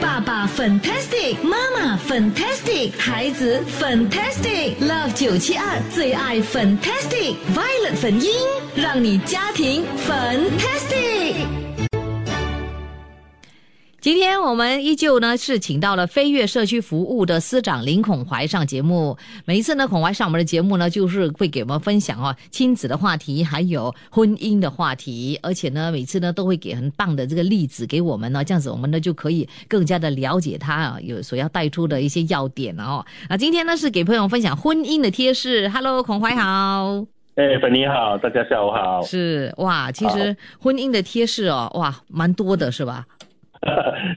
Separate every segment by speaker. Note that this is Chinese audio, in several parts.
Speaker 1: 爸爸 fantastic，妈妈 fantastic，孩子 fantastic，Love 九七二最爱 fantastic，Violet 粉音，让你家庭 fantastic。
Speaker 2: 今天我们依旧呢是请到了飞跃社区服务的司长林孔怀上节目。每一次呢，孔怀上我们的节目呢，就是会给我们分享哦亲子的话题，还有婚姻的话题，而且呢，每次呢都会给很棒的这个例子给我们呢，这样子我们呢就可以更加的了解他啊有所要带出的一些要点哦。那今天呢是给朋友分享婚姻的贴士。Hello，孔怀好。
Speaker 3: 哎，粉你好，大家下午好。
Speaker 2: 是哇，其实婚姻的贴士哦，哇，蛮多的是吧？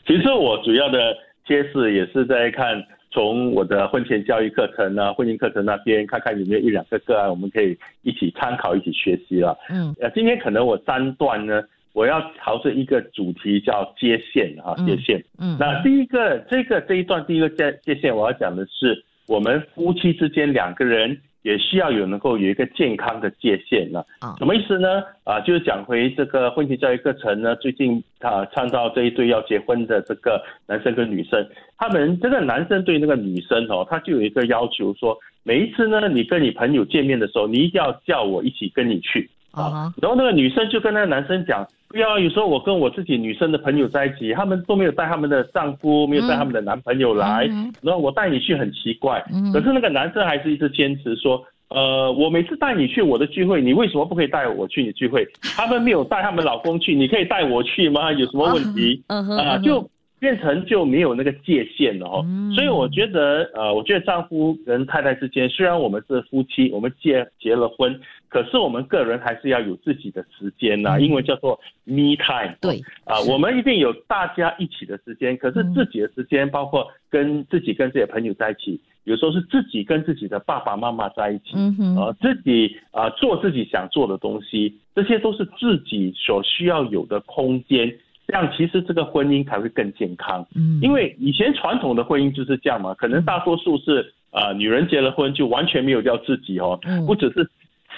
Speaker 3: 其实我主要的揭示也是在看，从我的婚前教育课程呢、婚姻课程那边，看看有没有一两个个案，我们可以一起参考、一起学习了。
Speaker 2: 嗯
Speaker 3: 呃，今天可能我三段呢，我要朝着一个主题叫接线哈、
Speaker 2: 嗯
Speaker 3: 接线。
Speaker 2: 嗯，
Speaker 3: 那第一个，这个这一段第一个界界限，我要讲的是，我们夫妻之间两个人也需要有能够有一个健康的界限呢、
Speaker 2: 啊
Speaker 3: 什么意思呢？啊，就是讲回这个婚前教育课程呢，最近啊，倡到这一对要结婚的这个男生跟女生，他们这个男生对那个女生哦，他就有一个要求说，每一次呢，你跟你朋友见面的时候，你一定要叫我一起跟你去。
Speaker 2: 啊哈，
Speaker 3: 然后那个女生就跟那个男生讲，不要，有时候我跟我自己女生的朋友在一起，他们都没有带他们的丈夫，没有带他们的男朋友来，
Speaker 2: 嗯
Speaker 3: 然后我带你去很奇怪。
Speaker 2: 嗯
Speaker 3: 可是那个男生还是一直坚持说，呃，我每次带你去我的聚会，你为什么不可以带我去你聚会？他们没有带他们老公去，你可以带我去吗？有什么问题？
Speaker 2: 嗯哼，
Speaker 3: 啊、
Speaker 2: 嗯哼
Speaker 3: 就变成就没有那个界限了哦。
Speaker 2: 嗯
Speaker 3: 所以我觉得，呃，我觉得丈夫跟太太之间，虽然我们是夫妻，我们结结了婚，可是我们个人还是要有自己的时间呐、
Speaker 2: 嗯
Speaker 3: 英文叫做 me time。
Speaker 2: 对，
Speaker 3: 啊、
Speaker 2: 是
Speaker 3: 我们一定有大家一起的时间，可是
Speaker 2: 嗯
Speaker 3: 自己的时间，包括跟自己跟自己的朋友在一起，有时候是自己跟自己的爸爸妈妈在一起。
Speaker 2: 嗯哼，
Speaker 3: 呃，自己啊、呃做自己想做的东西，这些都是自己所需要有的空间，这样其实这个婚姻才会更健康。
Speaker 2: 嗯，
Speaker 3: 因为以前传统的婚姻就是这样嘛，可能大多数是呃女人结了婚就完全没有叫自己哦，
Speaker 2: 嗯
Speaker 3: 不只是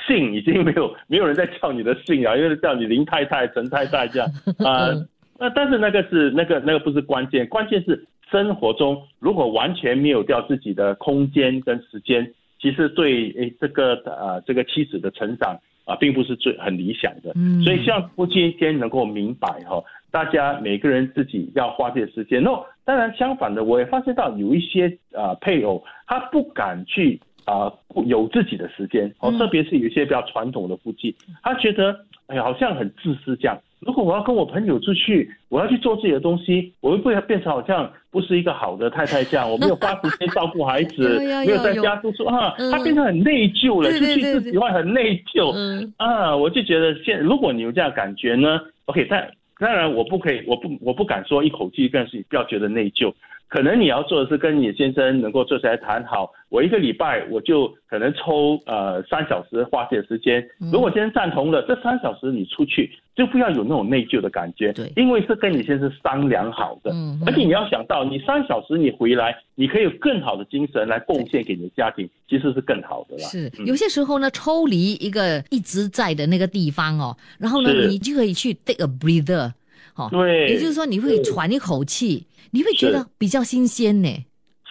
Speaker 3: 姓已经没有 没有人在叫你的姓啊，因为叫你林太太、陈太太 这样啊。
Speaker 2: 嗯
Speaker 3: 呃那但是那个是那个那个不是关键，关键是生活中如果完全没有掉自己的空间跟时间，其实对诶这个呃这个妻子的成长啊、并不是最很理想的。
Speaker 2: 嗯
Speaker 3: 所以希望夫妻间能够明白哈、哦，大家每个人自己要花这些时间。那当然相反的，我也发现到有一些呃配偶他不敢去啊、呃有自己的时间哦，
Speaker 2: 嗯
Speaker 3: 特别是有一些比较传统的夫妻，他觉得哎呀好像很自私这样。如果我要跟我朋友出去，我要去做自己的东西，我会不会变成好像不是一个好的太太 这样？我没有花时间照顾孩子，
Speaker 2: 有有有
Speaker 3: 没有在
Speaker 2: 有
Speaker 3: 家读书啊，
Speaker 2: 嗯
Speaker 3: 他变成很内疚了，
Speaker 2: 对
Speaker 3: 出
Speaker 2: 对
Speaker 3: 去
Speaker 2: 对
Speaker 3: 自
Speaker 2: 对
Speaker 3: 己会很内疚。
Speaker 2: 嗯
Speaker 3: 啊，我就觉得现如果你有这样感觉呢，OK，但当然我不可以，我不我不敢说一口气这件事情，不要觉得内疚。可能你要做的是跟你先生能够坐下来谈好，我一个礼拜我就可能抽呃三小时花些时间
Speaker 2: 嗯。
Speaker 3: 如果先生赞同了，这三小时你出去就不要有那种内疚的感觉，
Speaker 2: 对
Speaker 3: 因为是跟你先生商量好的。
Speaker 2: 嗯哼
Speaker 3: 而且你要想到，你三小时你回来，你可以有更好的精神来贡献给你的家庭，其实是更好的啦。
Speaker 2: 是
Speaker 3: 嗯
Speaker 2: 有些时候呢，抽离一个一直在的那个地方哦，然后呢，
Speaker 3: 是
Speaker 2: 你就可以去 take a breather，哦，
Speaker 3: 对，
Speaker 2: 也就是说你会喘一口气，你会觉得比较新鲜呢，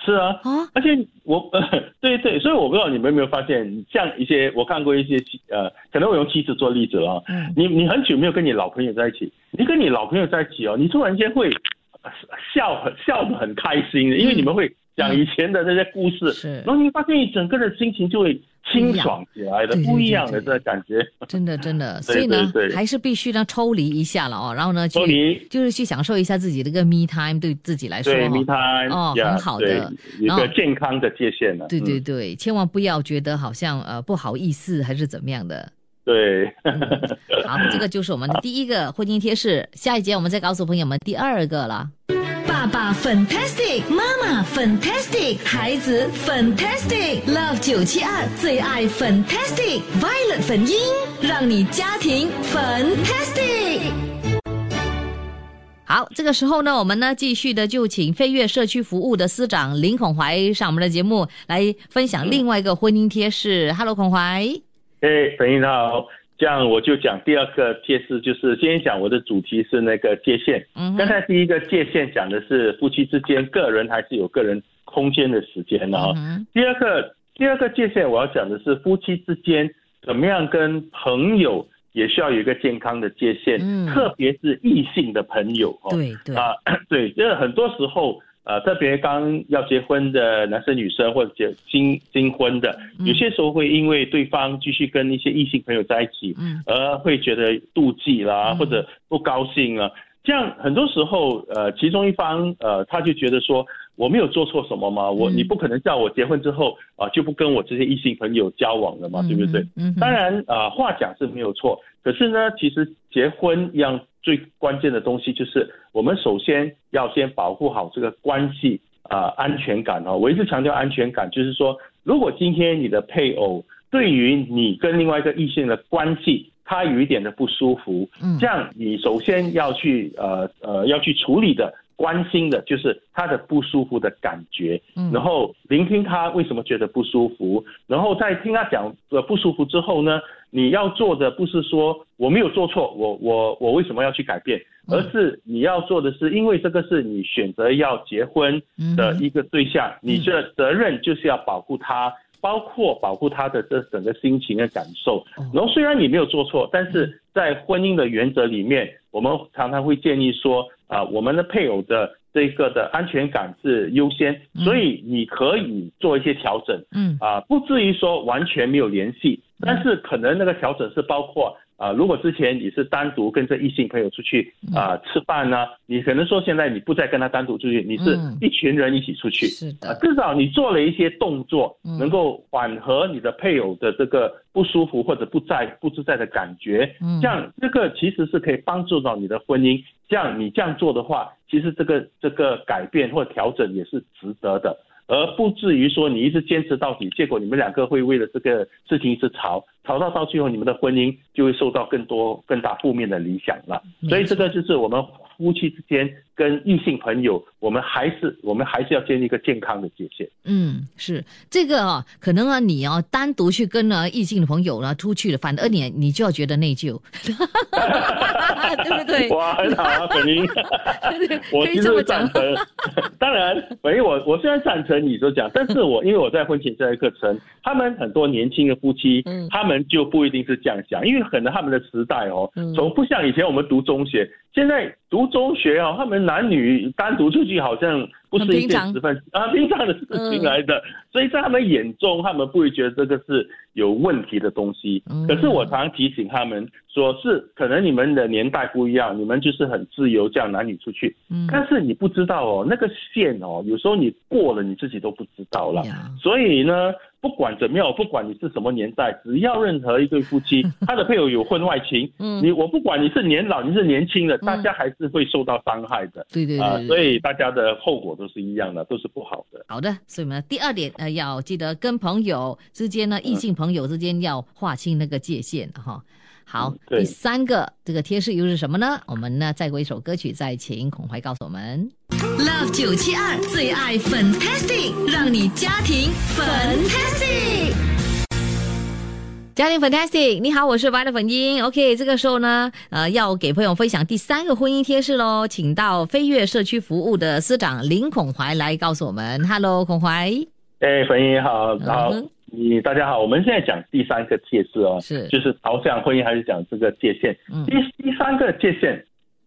Speaker 3: 是啊，
Speaker 2: 啊，
Speaker 3: 而且我呃，对对，所以我不知道你们有没有发现，像一些我看过一些呃，可能我用妻子做例子了啊。
Speaker 2: 嗯
Speaker 3: 你你很久没有跟你老朋友在一起，你跟你老朋友在一起哦，你突然间会呃笑很笑得很开心的，因为
Speaker 2: 嗯
Speaker 3: 你们会讲以前的那些故事，
Speaker 2: 是
Speaker 3: 然后你发现你整个人心情就会清爽起来的
Speaker 2: 不一，样
Speaker 3: 不一样
Speaker 2: 对对
Speaker 3: 的
Speaker 2: 对
Speaker 3: 这个感觉。
Speaker 2: 真的真的，
Speaker 3: 对
Speaker 2: 所以呢
Speaker 3: 对，对
Speaker 2: 还是必须呢抽离一下了哦，然后呢，去
Speaker 3: 抽离
Speaker 2: 就是去享受一下自己这个 me time，对自己来说
Speaker 3: 对，
Speaker 2: 哦
Speaker 3: 迷他
Speaker 2: 哦很好的
Speaker 3: 一
Speaker 2: 然后
Speaker 3: 个健康的界限了。
Speaker 2: 对对
Speaker 3: 嗯
Speaker 2: 对，千万不要觉得好像呃不好意思还是怎么样的，
Speaker 3: 对。
Speaker 2: 好，这个就是我们的第一个婚姻贴士。下一节我们再告诉朋友们第二个了。
Speaker 1: 爸爸 fantastic，妈妈 fantastic，孩子 fantastic。Love 九七二最爱 fantastic Violet 粉英，让你家庭 fantastic。
Speaker 2: 好，这个时候呢，我们呢继续的就请飞跃社区服务的司长林孔怀上我们的节目来分
Speaker 3: 嗯
Speaker 2: 享另外一个婚姻贴士。Hello，孔怀。
Speaker 3: 哎，等一下好，这样我就讲第二个贴士，就是今天讲我的主题是那个界限。
Speaker 2: 嗯哼
Speaker 3: 刚才第一个界限讲的是夫妻之间，个人还是有个人空间的时间的哦。
Speaker 2: 嗯
Speaker 3: 第二个第二个界限我要讲的是夫妻之间怎么样跟朋友也需要有一个健康的界限，
Speaker 2: 嗯
Speaker 3: 特别是异性的朋友哦。
Speaker 2: 哼，对对，
Speaker 3: 啊、 对，因为很多时候，呃，特别刚要结婚的男生女生或者结新新婚的，
Speaker 2: 嗯
Speaker 3: 有些时候会因为对方继续跟一些异性朋友在一起，
Speaker 2: 嗯
Speaker 3: 而会觉得妒忌啦，
Speaker 2: 嗯
Speaker 3: 或者不高兴啊。这样很多时候，呃，其中一方呃，他就觉得说我没有做错什么嘛，我、
Speaker 2: 嗯
Speaker 3: 你不可能叫我结婚之后啊、就不跟我这些异性朋友交往了嘛，啊对不对？？
Speaker 2: 嗯哼，
Speaker 3: 当然啊、呃话讲是没有错，可是呢，其实结婚一样最关键的东西就是，我们首先要先保护好这个关系啊、呃安全感哦。我一直强调安全感，就是说，如果今天你的配偶对于你跟另外一个异性的关系，他有一点的不舒服，
Speaker 2: 嗯
Speaker 3: 这样你首先要去呃呃要去处理的。关心的就是他的不舒服的感觉，
Speaker 2: 嗯
Speaker 3: 然后聆听他为什么觉得不舒服，然后在听他讲呃不舒服之后呢，你要做的不是说我没有做错，我我我为什么要去改变，
Speaker 2: 嗯
Speaker 3: 而是你要做的是，因为这个是你选择要结婚
Speaker 2: 嗯
Speaker 3: 的一个对象，你这责任就是要保护他，包括保护他的这整个心情的感受
Speaker 2: 哦。嗯
Speaker 3: 然后虽然你没有做错，但是在婚姻的原则里面，我们常常会建议说，啊、我们的配偶的这个的安全感是优先，
Speaker 2: 嗯
Speaker 3: 所以你可以做一些调整。
Speaker 2: 嗯
Speaker 3: 啊、不至于说完全没有联系，但是可能那个调整是包括啊、如果之前你是单独跟这异性朋友出去
Speaker 2: 嗯
Speaker 3: 啊、吃饭呢、你可能说现在你不再跟他单独出去，你是
Speaker 2: 嗯
Speaker 3: 一群人一起出去。
Speaker 2: 是
Speaker 3: 啊，
Speaker 2: 的，
Speaker 3: 至少你做了一些动作，
Speaker 2: 嗯
Speaker 3: 能够缓和你的配偶的这个不舒服或者不在不自在的感觉，
Speaker 2: 嗯
Speaker 3: 这样这个其实是可以帮助到你的婚姻。这样你这样做的话，其实这个这个改变或调整也是值得的，而不至于说你一直坚持到底，结果你们两个会为了这个事情一直吵，吵到到最后你们的婚姻就会受到更多更大负面的影响了。
Speaker 2: 嗯
Speaker 3: 所以这个就是我们夫妻之间跟异性朋友，我们还是我们还是要建立一个健康的界限。
Speaker 2: 嗯，是这个啊，可能啊，你啊单独去跟啊异性的朋友呢、出去了，反而你你就要觉得内 疚， 对不对？
Speaker 3: 哇，很好啊，本英， 我
Speaker 2: 可
Speaker 3: 其
Speaker 2: 以这么
Speaker 3: 实
Speaker 2: 讲
Speaker 3: 赞成。 当然，本英我我虽然赞成你所讲，但是我因为我在婚前教育课程，他们很多年轻的夫妻
Speaker 2: 嗯，
Speaker 3: 他们就不一定是这样想，因为可能他们的时代哦
Speaker 2: 嗯，
Speaker 3: 从不像以前我们读中学，现在读中学哦，他们男女单独出去好像不是
Speaker 2: 很
Speaker 3: 一
Speaker 2: 平常嗯
Speaker 3: 件十分啊平常的事情来的，所以在他们眼中，他们不会觉得这个是有问题的东西
Speaker 2: 嗯。
Speaker 3: 可是我常提醒他们说，是可能你们的年代不一样，你们就是很自由，这样男女出去。
Speaker 2: 嗯
Speaker 3: 但是你不知道哦，那个线哦，有时候你过了，你自己都不知道了。
Speaker 2: 呀
Speaker 3: 所以呢，不管怎么样，不管你是什么年代，只要任何一对 夫妻，他的配偶有婚外情，
Speaker 2: 嗯，
Speaker 3: 你我不管你是年老你是年轻的，
Speaker 2: 嗯
Speaker 3: 大家还是会受到伤害的
Speaker 2: 对对
Speaker 3: 啊、
Speaker 2: 对
Speaker 3: 所
Speaker 2: 对。
Speaker 3: 以大家的后果都是一样的，都是不好的。
Speaker 2: 好的，所以呢，第二点呃，要记得跟朋友之间呢，异性朋友之间要划清那个界限哈。好
Speaker 3: 嗯，对
Speaker 2: 第三个这个贴士又是什么呢？我们呢再过一首歌曲，再请孔怀告诉我们。
Speaker 1: Love 九七二最爱 fantastic，让你家庭 fantastic。
Speaker 2: 家庭 Fantastic，你好，我是 Violet 粉英。OK，这个时候呢，呃，要给朋友分享第三个婚姻贴士喽，请到飞跃社区服务的司长林孔怀来告诉我们。Hello，孔怀，
Speaker 3: 哎，冯英好，好
Speaker 2: 嗯哼，
Speaker 3: 你大家好，我们现在讲第三个界限哦，
Speaker 2: 是
Speaker 3: 就是朝向婚姻还是讲这个界限？
Speaker 2: 嗯
Speaker 3: 第第三个界限，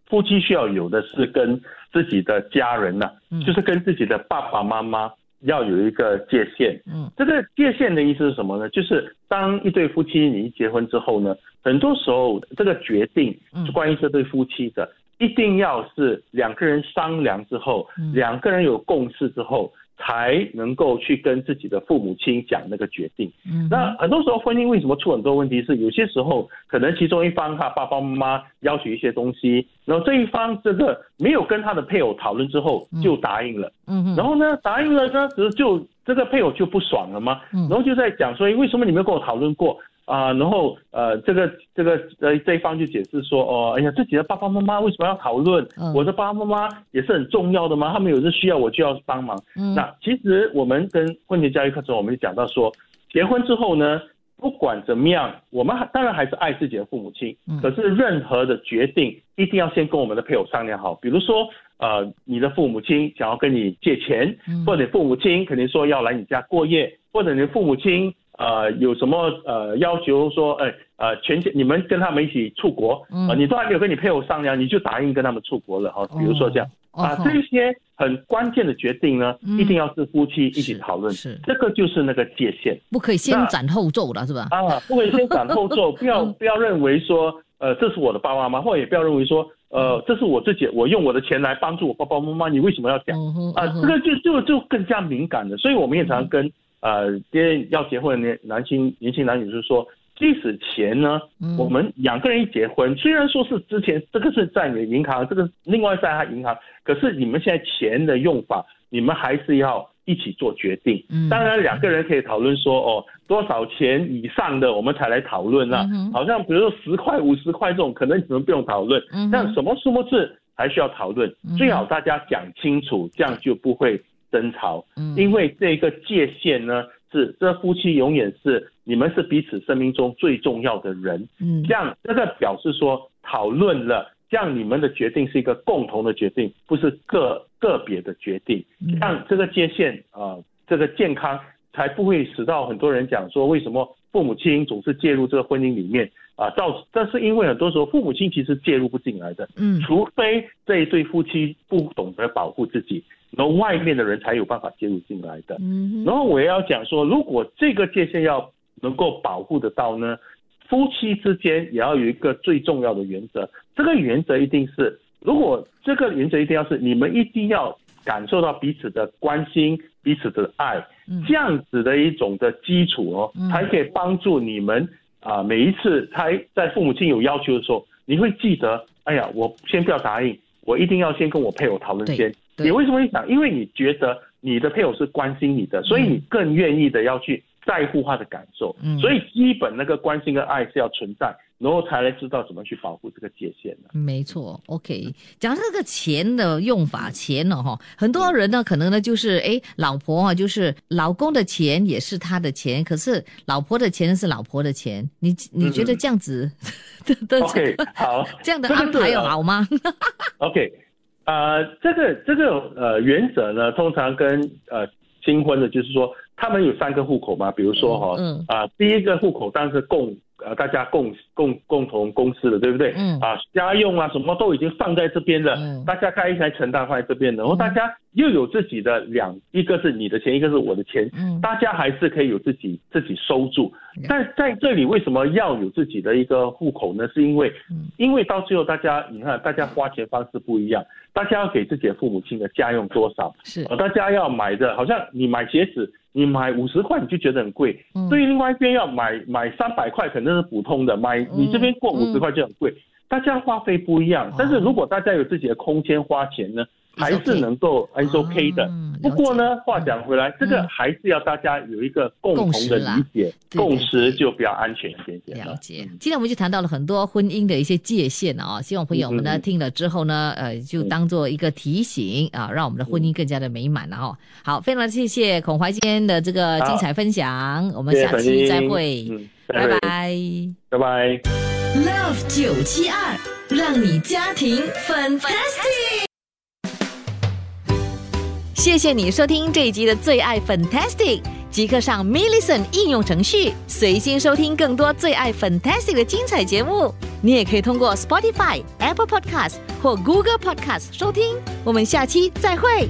Speaker 3: 夫妻需要有的是跟自己的家人呐、
Speaker 2: 嗯
Speaker 3: 就是跟自己的爸爸妈妈要有一个界限。
Speaker 2: 嗯
Speaker 3: 这个界限的意思是什么呢？就是当一对夫妻你一结婚之后呢，很多时候这个决定
Speaker 2: 嗯
Speaker 3: 关于这对夫妻的，一定要是两个人商量之后
Speaker 2: 嗯，
Speaker 3: 两个人有共识之后，才能够去跟自己的父母亲讲那个决定。
Speaker 2: 嗯
Speaker 3: 那很多时候婚姻为什么出很多问题是？有些时候可能其中一方他爸爸妈妈要求一些东西，然后这一方这个没有跟他的配偶讨论之后
Speaker 2: 嗯
Speaker 3: 就答应了，
Speaker 2: 嗯
Speaker 3: 然后呢答应了呢，只就这个配偶就不爽了嘛，
Speaker 2: 嗯
Speaker 3: 然后就在讲说，诶为什么你没有跟我讨论过？啊、然后呃，这个这个呃，这一方就解释说，哦，哎呀，自己的爸爸妈妈为什么要讨论？
Speaker 2: 嗯
Speaker 3: 我的爸爸妈妈也是很重要的嘛，他们有时需要我就要帮忙。
Speaker 2: 嗯
Speaker 3: 那其实我们跟婚前教育课程，我们就讲到说，结婚之后呢，不管怎么样，我们还当然还是爱自己的父母亲
Speaker 2: 嗯，
Speaker 3: 可是任何的决定一定要先跟我们的配偶商量好。比如说，呃，你的父母亲想要跟你借钱，
Speaker 2: 嗯
Speaker 3: 或者父母亲肯定说要来你家过夜，或者你的父母亲呃有什么呃要求说，哎呃全家你们跟他们一起出国，
Speaker 2: 嗯
Speaker 3: 呃你都还没有跟你配偶商量，你就答应跟他们出国了哈、比如说这样。
Speaker 2: 哦
Speaker 3: 啊，这些很关键的决定呢，
Speaker 2: 嗯
Speaker 3: 一定要是夫妻一起
Speaker 2: 是
Speaker 3: 讨论，
Speaker 2: 是
Speaker 3: 这个就是那个界限
Speaker 2: 不可以先
Speaker 3: 那
Speaker 2: 斩后奏的是吧？
Speaker 3: 啊，不可以先斩后奏，不
Speaker 2: 嗯
Speaker 3: 要不要认为说，呃，这是我的爸爸妈妈，或者也不要认为说，
Speaker 2: 嗯
Speaker 3: 呃，这是我自己，我用我的钱来帮助我爸爸妈妈，你为什么要讲？
Speaker 2: 嗯哼
Speaker 3: 啊，
Speaker 2: 嗯哼
Speaker 3: 这个就就就更加敏感的，所以我们也常跟呃，因为要结婚的年男青年轻男女是说，即使前呢，
Speaker 2: 嗯
Speaker 3: 我们两个人一结婚，虽然说是之前这个是在你的银行，这个另外在他银行，可是你们现在钱的用法，你们还是要一起做决定。
Speaker 2: 嗯
Speaker 3: 当然，两个人可以讨论说，哦，多少钱以上的我们才来讨论啦、
Speaker 2: 嗯哼
Speaker 3: 好像比如说十块、五十块这种，可能你们不用讨论。
Speaker 2: 嗯哼
Speaker 3: 但什么数目字还需要讨论
Speaker 2: 嗯哼，
Speaker 3: 最好大家讲清楚，这样就不会争吵。
Speaker 2: 嗯
Speaker 3: 因为这个界限呢，是这夫妻永远是你们是彼此生命中最重要的人。
Speaker 2: 嗯
Speaker 3: 这样，这个表示说讨论了，这样你们的决定是一个共同的决定，不是个个别的决定。
Speaker 2: 嗯
Speaker 3: 让这个界限啊、呃这个健康才不会使到很多人讲说为什么父母亲总是介入这个婚姻里面啊，到但是因为很多时候父母亲其实介入不进来的，
Speaker 2: 嗯
Speaker 3: 除非这一对夫妻不懂得保护自己，然后外面的人才有办法介入进来的。
Speaker 2: 嗯哼
Speaker 3: 然后我也要讲说，如果这个界限要能够保护得到呢，夫妻之间也要有一个最重要的原则。这个原则一定是，如果这个原则一定要是你们一定要感受到彼此的关心、彼此的爱
Speaker 2: 嗯，
Speaker 3: 这样子的一种的基础哦
Speaker 2: 嗯，
Speaker 3: 才可以帮助你们啊、每一次他在父母亲有要求的时候，你会记得，哎呀，我先不要答应，我一定要先跟我配偶讨论
Speaker 2: 对
Speaker 3: 先。
Speaker 2: 对
Speaker 3: 你为什么会想？因为你觉得你的配偶是关心你的，所以你更愿意的要去在乎他的感受。
Speaker 2: 嗯
Speaker 3: 所以基本那个关心跟爱是要存在，然后才来知道怎么去保护这个界限的。
Speaker 2: 没错，OK。讲到这个钱的用法，钱呢、哈，很多人呢可能呢就是，哎，老婆啊，就是老公的钱也是他的钱，可是老婆的钱是老婆的钱，你你觉得这样子 的的
Speaker 3: OK，好
Speaker 2: 这样的
Speaker 3: 这个
Speaker 2: 安排
Speaker 3: 是
Speaker 2: 有
Speaker 3: 呃
Speaker 2: 好吗？
Speaker 3: ，OK，呃，这个这个呃原则呢，通常跟呃新婚的，就是说他们有三个户口嘛，比如说哈、
Speaker 2: 嗯
Speaker 3: 啊、第一个户口当然是共呃大家共共共同公司的，对不对？
Speaker 2: 嗯
Speaker 3: 啊，家用啊什么都已经放在这边了，
Speaker 2: 嗯
Speaker 3: 大家该该承担放在这边的，然后
Speaker 2: 嗯
Speaker 3: 大家又有自己的两，一个是你的钱，一个是我的钱，
Speaker 2: 嗯
Speaker 3: 大家还是可以有自己自己收住
Speaker 2: Yeah.。
Speaker 3: 但在这里为什么要有自己的一个户口呢？是因为
Speaker 2: 嗯，
Speaker 3: 因为到最后大家你看，大家花钱方式不一样，大家要给自己的父母亲的家用多少，
Speaker 2: 是
Speaker 3: 呃，大家要买的，好像你买鞋子，你买五十块你就觉得很贵，
Speaker 2: 嗯
Speaker 3: 对于另外一边要买买三百块可能是普通的，买你这边过
Speaker 2: 嗯
Speaker 3: 五十块就很贵，大家花费不一样
Speaker 2: 哦。
Speaker 3: 但是如果大家有自己的空间花钱呢，
Speaker 2: It's
Speaker 3: 还是
Speaker 2: okay
Speaker 3: 能够 i s OK 的。
Speaker 2: 嗯
Speaker 3: 不过
Speaker 2: 了嗯
Speaker 3: 呢，话讲回来，这个还是要大家有一个共同的理解，
Speaker 2: 嗯共识啦对
Speaker 3: 共识就比较安全一点嗯点
Speaker 2: 了
Speaker 3: 了。
Speaker 2: 解，今天我们就谈到了很多婚姻的一些界限啊、希望朋友们呢
Speaker 3: 嗯嗯嗯
Speaker 2: 听了之后呢，呃，就当做一个提醒啊，让我们的婚姻更加的美满了哈。好，非常谢谢孔怀今天的这个精彩分享，我们
Speaker 3: 谢谢
Speaker 2: 下
Speaker 3: 粉
Speaker 2: 期
Speaker 3: 晶
Speaker 2: 再会，
Speaker 3: 嗯，
Speaker 2: 拜
Speaker 3: 再会，
Speaker 2: 拜。
Speaker 3: 拜拜。
Speaker 1: Love 九七二，让你家庭 fantastic。
Speaker 2: 谢谢你收听这一集的最爱 Fantastic，即刻上 m i l l i c e n t 应用程序，随心收听更多最爱 Fantastic 的精彩节目。你也可以通过 Spotify、Apple Podcast 或 Google Podcast 收听。我们下期再会。